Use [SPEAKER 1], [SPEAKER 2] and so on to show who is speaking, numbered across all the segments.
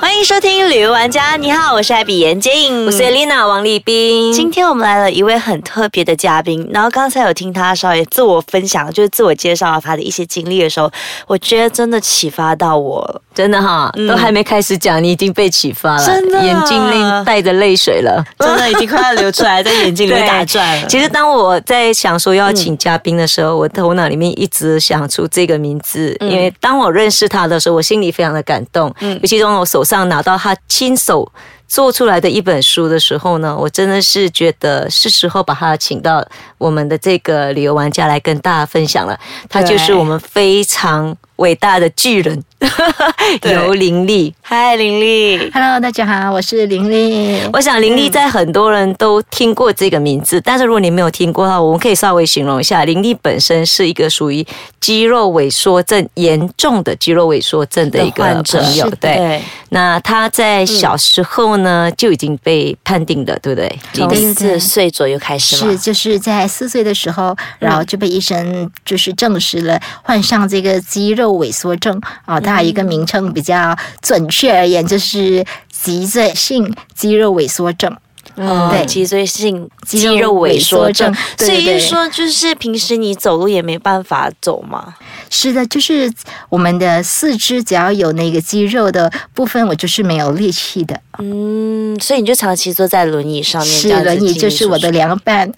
[SPEAKER 1] 欢迎收听《旅游玩家》，你好，我是艾比眼镜，
[SPEAKER 2] 我是 Elena 王立斌。
[SPEAKER 1] 嗯今天我们来了一位很特别的嘉宾，然后刚才有听他稍微自我分享，就是自我介绍啊他的一些经历的时候，我觉得真的启发到我了。
[SPEAKER 2] 真的哈，都还没开始讲，你已经被启发了，
[SPEAKER 1] 嗯真的
[SPEAKER 2] 眼睛里带着泪水了。
[SPEAKER 1] 真的已经快要流出来，在眼睛里面打转 了。
[SPEAKER 2] 其实当我在想说要请嘉宾的时候，我头脑里面一直想出这个名字，因为当我认识他的时候，我心里非常的感动。尤其当我手上拿到他亲手做出来的一本书的时候呢，我真的是觉得是时候把他请到我们的这个旅游玩家来跟大家分享了。他就是我们非常伟大的巨人 尤林立。
[SPEAKER 1] 嗨，林丽，
[SPEAKER 3] Hello，大家好，我是玲玲。
[SPEAKER 2] 我想林立在很多人都听过这个名字，但是如果你没有听过的话，我们可以稍微形容一下，林立本身是一个属于肌肉萎缩症严重的肌肉萎缩症的一个
[SPEAKER 1] 患者
[SPEAKER 2] 朋
[SPEAKER 3] 是
[SPEAKER 2] 友，
[SPEAKER 3] 的
[SPEAKER 2] 对。，那他在小时候呢、就已经被判定了，对不对？
[SPEAKER 1] 从
[SPEAKER 3] 对对
[SPEAKER 1] 四岁左右开始
[SPEAKER 3] 是，
[SPEAKER 1] 嘛，
[SPEAKER 3] 就是在四岁的时候，然后就被医生就是证实了患上这个肌肉萎缩症啊，它有一个名称比较准确而言就是脊椎性肌肉萎缩症。
[SPEAKER 1] 嗯，
[SPEAKER 3] 对
[SPEAKER 1] 脊椎性
[SPEAKER 3] 肌
[SPEAKER 1] 肌肉
[SPEAKER 3] 哦肉
[SPEAKER 1] 萎
[SPEAKER 3] 萎
[SPEAKER 1] 缩
[SPEAKER 3] 缩
[SPEAKER 1] 症
[SPEAKER 3] 症。
[SPEAKER 1] 所
[SPEAKER 3] 对对
[SPEAKER 1] 以
[SPEAKER 3] 对
[SPEAKER 1] 就说，就是平时你走路也没办法走嘛。
[SPEAKER 3] 是的，就是我们的四肢只要有那个肌肉的部分，我就是没有力气的。
[SPEAKER 1] 嗯，所以你就长期坐在轮椅上面，这
[SPEAKER 3] 是
[SPEAKER 1] 样子
[SPEAKER 3] 轮椅就是我的
[SPEAKER 1] 进进出出。
[SPEAKER 3] 良伴。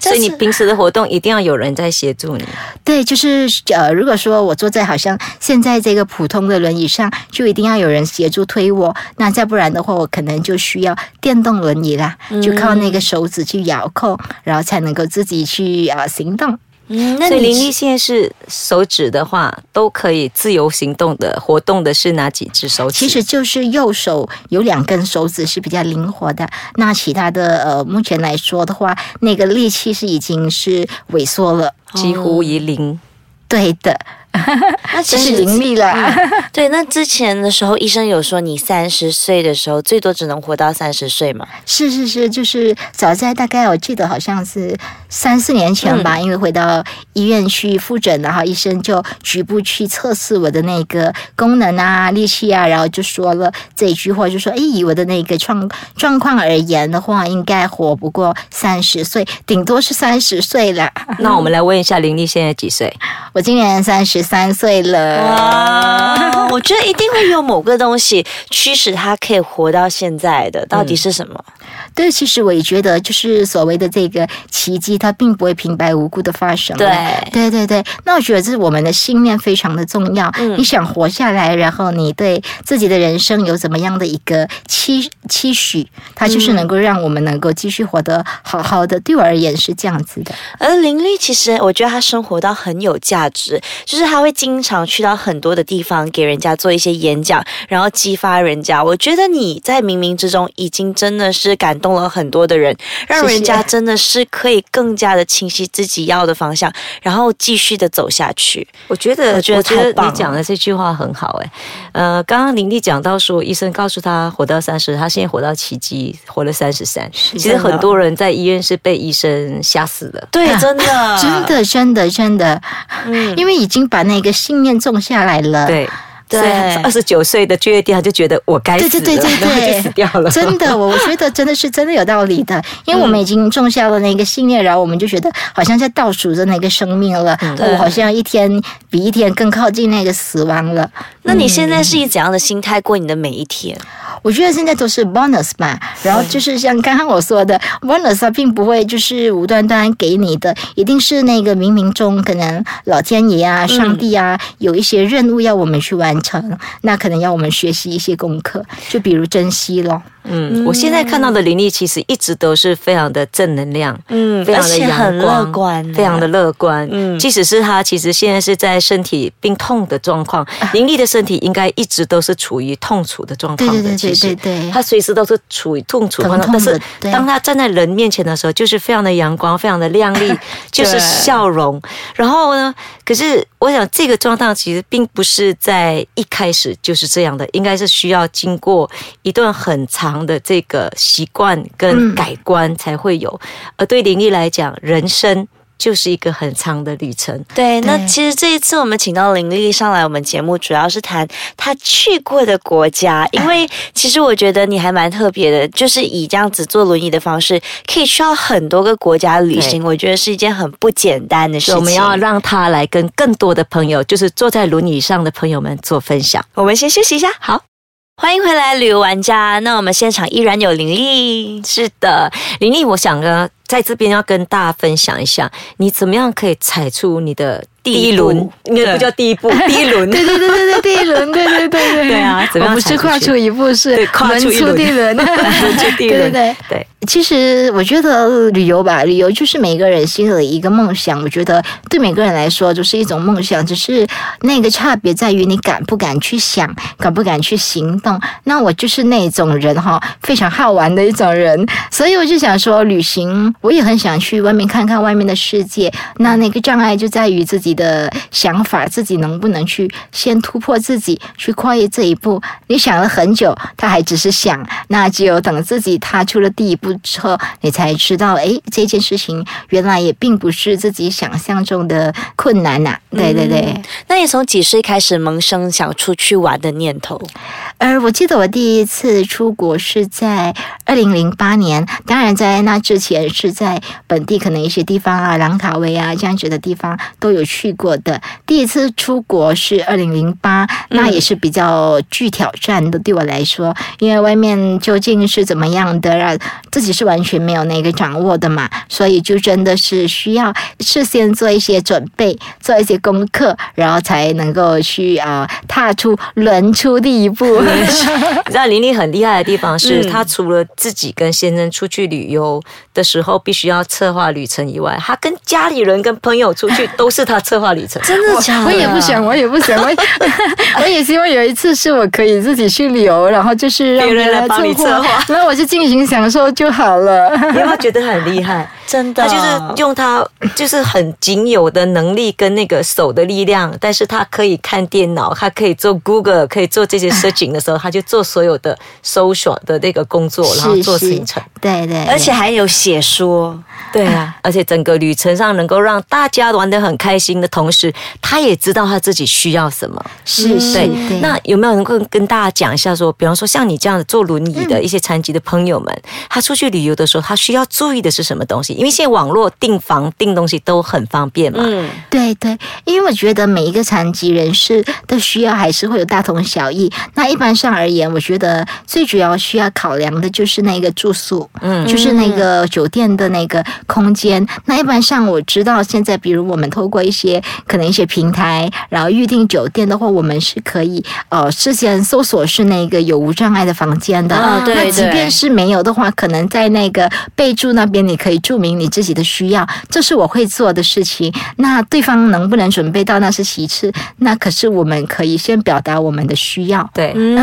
[SPEAKER 2] 所以你平时的活动一定要有人在协助你。
[SPEAKER 3] 对，就是呃，如果说我坐在好像现在这个普通的轮椅上，就一定要有人协助推我，那再不然的话，我可能就需要电动轮椅啦，就靠那个手指去遥控，然后才能够自己去啊、呃行动。
[SPEAKER 1] 嗯，那
[SPEAKER 2] 所以林
[SPEAKER 1] 你
[SPEAKER 2] 立现在是手指的话，都可以自由行动的，活动的是哪几只手指？
[SPEAKER 3] 其实就是右手有两根手指是比较灵活的，那其他的呃，目前来说的话，那个力气是已经是萎缩了。
[SPEAKER 2] 几乎于零。
[SPEAKER 3] 对的，
[SPEAKER 1] 那其
[SPEAKER 3] 这
[SPEAKER 1] 实
[SPEAKER 3] 是灵力了。
[SPEAKER 1] 对，那之前的时候，医生有说你三十岁的时候最多只能活到三十岁嘛。
[SPEAKER 3] 是是是，就是早在大概我记得好像是三四年前吧，因为回到医院去复诊，然后医生就局部去测试我的那个功能啊、力气啊，然后就说了这一句话，就说：“哎，以我的那个状状况而言的话，应该活不过三十岁，顶多是三十岁了。
[SPEAKER 2] 那我们来问一下林丽现在几 岁？
[SPEAKER 3] 我今年三十三岁了。”
[SPEAKER 1] 哇，呃我觉得一定会有某个东西驱使他可以活到现在的，到底是什么？
[SPEAKER 3] 对，其实我也觉得，就是所谓的这个奇迹，它并不会平白无故的发生。
[SPEAKER 1] 对
[SPEAKER 2] 哎
[SPEAKER 3] 对对对，那我觉得这是我们的信念非常的重要。你想活下来，然后你对自己的人生有怎么样的一个期期许，它就是能够让我们能够继续活得好好的。对我而言是这样子的。
[SPEAKER 1] 而林丽其实，我觉得她生活到很有价值，就是她会经常去到很多的地方给人家做一些演讲，然后激发人家。我觉得你在冥冥之中已经真的是感动了很多的人，让人家
[SPEAKER 3] 谢谢
[SPEAKER 1] 真的是可以更加的清晰自己要的方向，然后继续的走下去。
[SPEAKER 2] 我觉得，
[SPEAKER 1] 我觉得太棒了
[SPEAKER 2] 你讲的这句话很好、诶。呃，刚刚林丽讲到说，医生告诉她活到三十，她现在活到奇迹，活了三十三。其实很多人在医院是被医生吓死的。
[SPEAKER 1] 对， 真的，
[SPEAKER 3] 真，的，真的，真的，因为已经把那个信念种下来了。。
[SPEAKER 2] 对。
[SPEAKER 1] 对
[SPEAKER 2] 二十九岁的就业地，他就觉得我该死了，
[SPEAKER 3] 对对对对对
[SPEAKER 2] 然后就死掉了。嗯
[SPEAKER 3] 真的，我我觉得真的是真的有道理的，因为我们已经种下了那个信念，然后我们就觉得好像在倒数着那个生命了，
[SPEAKER 2] 嗯
[SPEAKER 3] 我好像一天比一天更靠近那个死亡了。
[SPEAKER 1] 那你现在是以怎样的心态过你的每一天？
[SPEAKER 3] 我觉得现在都是 bonus 嘛，
[SPEAKER 2] 嗯
[SPEAKER 3] 然后就是像刚刚我说的，bonus 它并不会就是无端端给你的，一定是那个冥冥中可能老天爷啊、上帝啊、
[SPEAKER 2] 嗯
[SPEAKER 3] 有一些任务要我们去完成，那可能要我们学习一些功课，就比如珍惜咯。
[SPEAKER 2] 嗯，我现在看到的林丽其实一直都是非常的正能量，
[SPEAKER 1] 嗯
[SPEAKER 2] 非常的
[SPEAKER 1] 而且很
[SPEAKER 2] 阳
[SPEAKER 1] 乐
[SPEAKER 2] 光，
[SPEAKER 1] 观，
[SPEAKER 2] 非常的。乐观。
[SPEAKER 1] 嗯
[SPEAKER 2] 嗯，即使是她其实现在是在身体病痛的状况，林丽的身体应该一直都是处于痛楚的状况的。
[SPEAKER 3] 对对对
[SPEAKER 2] 其实
[SPEAKER 3] 对对对
[SPEAKER 2] 她随时都是处于痛楚的状况，但
[SPEAKER 3] 疼痛
[SPEAKER 2] 是
[SPEAKER 3] 的对
[SPEAKER 2] 当她站在人面前的时候，就是非常的阳光，非常的亮丽，就是笑容。然后呢，可是我想这个状态其实并不是在一开始就是这样的，应该是需要经过一段很长的这个习惯跟改观才会有。而对林丽来讲，人生。就是一个很长的旅程。
[SPEAKER 1] 对，那
[SPEAKER 3] 对
[SPEAKER 1] 其实这一次我们请到林丽丽上来我们节目，主要是谈她去过的国家，因为其实我觉得你还蛮特别的，就是以这样子坐轮椅的方式，可以去到很多个国家旅行，我觉得是一件很不简单的事
[SPEAKER 2] 所
[SPEAKER 1] 情。
[SPEAKER 2] 以我们要让他来跟更多的朋友，就是坐在轮椅上的朋友们做分享。
[SPEAKER 1] 我们先休息一下，
[SPEAKER 2] 好。
[SPEAKER 1] 欢迎回来，旅游玩家。那我们现场依然有林丽，
[SPEAKER 2] 是的，林呃丽，我想呢，在这边要跟大家分享一下，你怎么样可以踩出你的第一轮，
[SPEAKER 1] 第一步
[SPEAKER 2] 应该不叫第一步，第一轮。
[SPEAKER 3] 对对对对对，第一轮，对对对对，
[SPEAKER 2] 对啊怎么
[SPEAKER 3] 我
[SPEAKER 2] 样
[SPEAKER 3] 不
[SPEAKER 2] 踩
[SPEAKER 3] 是
[SPEAKER 2] 出
[SPEAKER 3] 跨
[SPEAKER 2] 去
[SPEAKER 3] 出一步，是
[SPEAKER 2] 对跨
[SPEAKER 3] 门
[SPEAKER 2] 出一
[SPEAKER 3] 出
[SPEAKER 2] 轮
[SPEAKER 3] 第一 轮，
[SPEAKER 2] 轮出第一
[SPEAKER 3] 对对
[SPEAKER 2] 轮
[SPEAKER 3] 对
[SPEAKER 2] 对，
[SPEAKER 3] 其实我觉得旅游吧，旅游就是每个人心里的一个梦想。我觉得对每个人来说，就是一种梦想，只是那个差别在于你敢不敢去想，敢不敢去行动。那我就是那种人哈，非常好玩的一种人，所以我就想说，旅行我也很想去外面看看外面的世界。那那个障碍就在于自己的想法，自己能不能去先突破自己，去跨越这一步。你想了很久，他还只是想，那只有等自己踏出了第一步之后，你才知道，诶，这件事情原来也并不是自己想象中的困难呐、对对对。
[SPEAKER 1] 那你从几岁开始萌生想出去玩的念头？
[SPEAKER 3] 而我记得我第一次出国是在二零零八年，当然在那之前是在本地可能一些地方啊，兰卡威啊这样子的地方都有去过的。第一次出国是二零零八，那也是比较具挑战的对我来说，因为外面究竟是怎么样的，让自己是完全没有那个掌握的嘛，所以就真的是需要事先做一些准备，做一些功课，然后才能够去啊、呃踏出轮出第一步。
[SPEAKER 2] 你知道玲玲很厉害的地方是，
[SPEAKER 1] 嗯
[SPEAKER 2] 她除了自己跟先生出去旅游的时候必须要策划旅程以外，她跟家里人、跟朋友出去都是她策划旅 程。
[SPEAKER 1] 真的假的？
[SPEAKER 3] 我也不想，我也不想，我也 我也希望有一次是我可以自己去旅游，然后就是让
[SPEAKER 2] 别人来帮你策划，
[SPEAKER 3] 那我就尽情享受就好了。
[SPEAKER 2] 你有没有觉得很厉害？
[SPEAKER 1] 真的，
[SPEAKER 2] 她就是用她就是很仅有的能力跟那个手的力量，但是她可以看电脑，她可以做 Google，可以做这些 searching 的时候，她就做所有的搜索的那个工作， 然后
[SPEAKER 3] 是
[SPEAKER 2] 做
[SPEAKER 3] 是
[SPEAKER 2] 行程。
[SPEAKER 3] 对对，
[SPEAKER 1] 而且还有写说，
[SPEAKER 2] 对啊， 而且整个旅程上能够让大家玩得很开心的同时，他也知道他自己需要什么。
[SPEAKER 3] 是是，
[SPEAKER 2] 嗯对，
[SPEAKER 3] 嗯对
[SPEAKER 2] 那有没有能够跟大家讲一下说，比方说像你这样的坐轮椅
[SPEAKER 3] 嗯
[SPEAKER 2] 的一些残疾的朋友们，他出去旅游的时候，他需要注意的是什么东西？因为现在网络订房、订东西都很方便嘛。
[SPEAKER 1] 嗯，
[SPEAKER 3] 对对，因为我觉得每一个残疾人士的需要还是会有大同小异。那一般上而言，我觉得最主要需要考量的就是那个住宿，嗯，就是那个酒店的那个空间。那一般上我知道现在，比如我们透过一些可能一些平台，然后预订酒店的话，我们是可以呃事先搜索是那个有无障碍的房间的。
[SPEAKER 1] 啊对
[SPEAKER 3] 那即
[SPEAKER 1] 对
[SPEAKER 3] 便是没有的话，可能在那个备注那边，你可以注明你自己的需要，这是我会做的事情。那对方能不能准备到那是其次，那可是我们可以先表达我们的需要。
[SPEAKER 2] 对，
[SPEAKER 3] 嗯，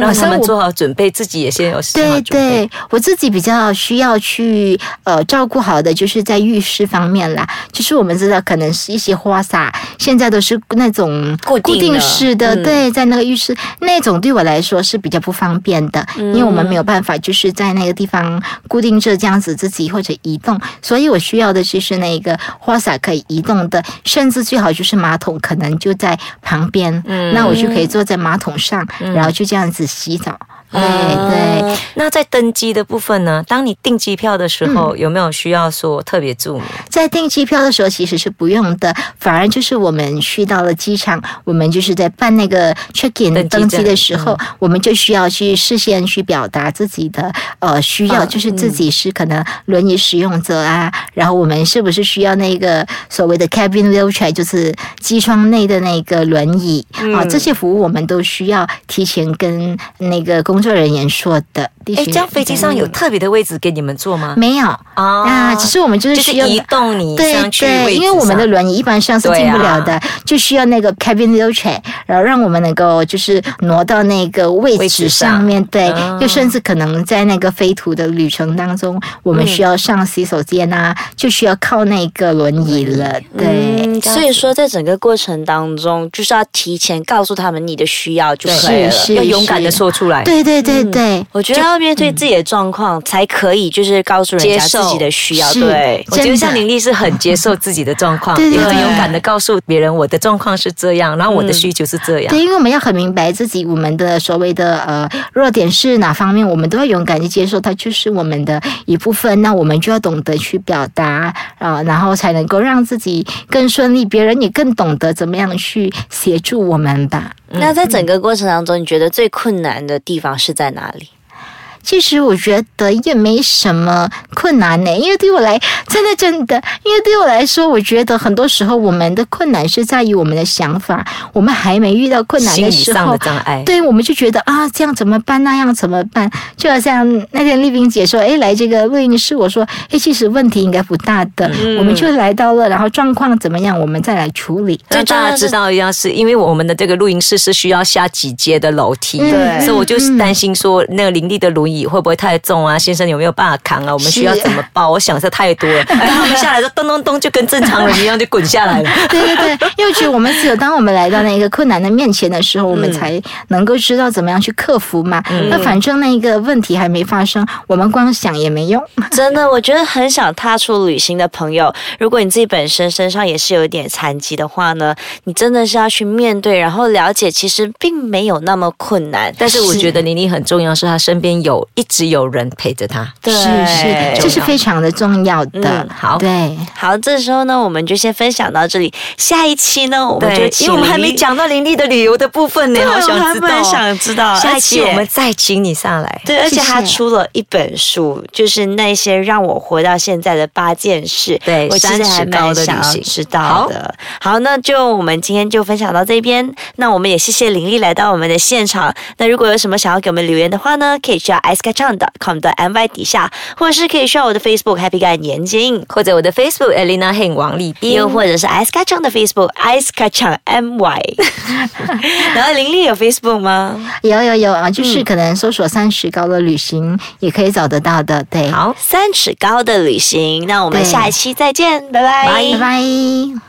[SPEAKER 2] 让
[SPEAKER 3] 所
[SPEAKER 2] 他
[SPEAKER 3] 以
[SPEAKER 2] 们
[SPEAKER 3] 我
[SPEAKER 2] 做好准备，自己也先有做好
[SPEAKER 3] 对
[SPEAKER 2] 啊准备。
[SPEAKER 3] 对，我自己比较需要去呃照顾好的，就是在浴室方面啦。就是我们知道，可能是一些花洒，现在都是那种
[SPEAKER 1] 固定的
[SPEAKER 3] 式的，
[SPEAKER 1] 嗯
[SPEAKER 3] 对，在那个浴室那种对我来说是比较不方便的，
[SPEAKER 1] 嗯
[SPEAKER 3] 因为我们没有办法就是在那个地方固定着这样子自己或者移动，所以我需要的就是那个花洒可以移动的，甚至最好就是马桶可能就在旁边，
[SPEAKER 1] 嗯
[SPEAKER 3] 那我就可以坐在马桶上，然后就这样子洗澡。对
[SPEAKER 1] 嗯
[SPEAKER 3] 对，
[SPEAKER 2] 那在登机的部分呢？当你订机票的时
[SPEAKER 3] 嗯
[SPEAKER 2] 候，有没有需要说特别注明？
[SPEAKER 3] 在订机票的时候其实是不用的，反而就是我们去到了机场，我们就是在办那个 check
[SPEAKER 2] 登
[SPEAKER 3] in
[SPEAKER 2] 机嗯
[SPEAKER 3] 登机
[SPEAKER 2] 证
[SPEAKER 3] 的时候，我们就需要去事先去表达自己的呃需要，
[SPEAKER 2] 啊
[SPEAKER 3] 就是自己是可能轮椅使用者啊，然后我们是不是需要那个所谓的 cabin wheelchair，就是机窗内的那个轮椅啊、
[SPEAKER 2] 嗯
[SPEAKER 3] 这些服务我们都需要提前跟那个工作人员说的。必
[SPEAKER 2] 哎，
[SPEAKER 3] 须
[SPEAKER 2] 这样飞机上有特别的位置给你们坐吗？
[SPEAKER 3] 没有？
[SPEAKER 2] 啊
[SPEAKER 3] 啊，只是我们就是
[SPEAKER 2] 就是
[SPEAKER 3] 需要
[SPEAKER 2] 移动你
[SPEAKER 3] 对
[SPEAKER 2] 上去
[SPEAKER 3] 对，
[SPEAKER 2] 位置
[SPEAKER 3] 因为我们的
[SPEAKER 2] 上
[SPEAKER 3] 轮椅一般上是进不了的，
[SPEAKER 2] 对啊
[SPEAKER 3] 就需要那个 cabin wheelchair，然后让我们能够就是挪到那个位
[SPEAKER 2] 位
[SPEAKER 3] 置
[SPEAKER 2] 置
[SPEAKER 3] 上
[SPEAKER 2] 上
[SPEAKER 3] 面，对，
[SPEAKER 2] 嗯
[SPEAKER 3] 就甚至可能在那个飞途的旅程当中，我们需要上洗手间啊，就需要靠那个轮椅了，对。
[SPEAKER 1] 嗯，所以说在整个过程当中，就是要提前告诉他们你的需要就可以
[SPEAKER 3] 对
[SPEAKER 1] 了。
[SPEAKER 3] 是
[SPEAKER 2] 要勇敢的说出来。
[SPEAKER 3] 对对对对
[SPEAKER 2] 嗯
[SPEAKER 3] 对，
[SPEAKER 1] 我觉得要面
[SPEAKER 3] 嗯
[SPEAKER 1] 对自己的状况，才可以就是告诉人家
[SPEAKER 2] 接受
[SPEAKER 1] 自己的需要。
[SPEAKER 3] 是
[SPEAKER 1] 对，
[SPEAKER 2] 我觉
[SPEAKER 3] 真的
[SPEAKER 2] 得像林丽是很接受自己的状况，
[SPEAKER 3] 对对
[SPEAKER 2] 也
[SPEAKER 3] 对嗯
[SPEAKER 2] 很勇敢的告诉别人我的状况是这样，然后我的需求是这样。
[SPEAKER 3] 对，因为我们要很明白自己我们的所谓的呃弱点是哪方面，我们都要勇敢去接受，它就是我们的一部分。那我们就要懂得去表达啊、然后才能够让自己更顺利，别人也更懂得怎么样去协助我们吧。
[SPEAKER 1] 那在
[SPEAKER 3] 嗯
[SPEAKER 1] 整个过程当中，你觉得最困难的地方是在哪 里？
[SPEAKER 3] 其实我觉得也没什么困难呢、因为对我来，真的真的，因为对我来说，我觉得很多时候我们的困难是在于我们的想法，我们还没遇到困难
[SPEAKER 2] 心
[SPEAKER 3] 的
[SPEAKER 2] 理
[SPEAKER 3] 时
[SPEAKER 2] 上
[SPEAKER 3] 候
[SPEAKER 2] 的，障碍，
[SPEAKER 3] 对，我们就觉得啊，这样怎么办？那样怎么办？就好像那天丽萍姐说，哎，来这个录音室，我说，哎，其实问题应该不大的，
[SPEAKER 2] 嗯
[SPEAKER 3] 我们就来到了，然后状况怎么样，我们再来处理。
[SPEAKER 2] 让大家知道一样，是因为我们的这个录音室是需要下几阶的楼梯，
[SPEAKER 3] 嗯
[SPEAKER 1] 对
[SPEAKER 2] 嗯所以我就担心说那个林立的轮椅会不会太重啊？先生有没有办法扛啊？我们需要
[SPEAKER 3] 是
[SPEAKER 2] 怎么抱？我想这太多 了，然后我们下来就咚咚咚，就跟正常人一样就滚下来了。
[SPEAKER 3] 对对对，因为我觉得我们只有当我们来到那个困难的面前的时
[SPEAKER 2] 嗯
[SPEAKER 3] 候，我们才能够知道怎么样去克服嘛。那反正那个问题还没发生，我们光想也没用。
[SPEAKER 1] 真的，我觉得很想踏出旅行的朋友，如果你自己本身身上也是有一点残疾的话呢，你真的是要去面对，然后了解其实并没有那么困难。
[SPEAKER 2] 但是我
[SPEAKER 3] 是
[SPEAKER 2] 觉得林立很重要，是她身边有一直有人陪着她。
[SPEAKER 1] 对，
[SPEAKER 3] 是是，这是非常的重要的
[SPEAKER 1] 嗯。
[SPEAKER 2] 好
[SPEAKER 3] 对。
[SPEAKER 1] 好，这时候呢，我们就先分享到这里。下一期呢，我们就
[SPEAKER 2] 因为我们还没，讲到林立的旅游的部分呢，好想知道哦。
[SPEAKER 1] 想知道啊
[SPEAKER 2] 下一期我们再请你上来。
[SPEAKER 1] 对，而且
[SPEAKER 3] 谢谢
[SPEAKER 1] 他出了一本书，就是那些让我活到现在的八件事。
[SPEAKER 2] 对
[SPEAKER 1] 我其实还蛮想要知道的。好，那就我们今天就分享到这边。那我们也谢谢林丽来到我们的现场。那如果有什么想要给我们留言的话呢，可以去到 i c e k a c h a n g c o m 的 my 底下，或者是可以去到我的 Facebook Happy Guy 年金。
[SPEAKER 2] 或者我的 Facebook Elena Heng 王丽斌，
[SPEAKER 1] 又或者是 Ice k a c h a n g 的 Facebook Ice k a c h a n g My，然后林丽有 Facebook 吗？
[SPEAKER 3] 有有有啊，就是可能搜索三十高的旅行也可以找得到的，对。，
[SPEAKER 2] 好。
[SPEAKER 1] 三尺高的旅行，那我们
[SPEAKER 3] 对
[SPEAKER 1] 下一期再见，拜拜，
[SPEAKER 3] 拜拜。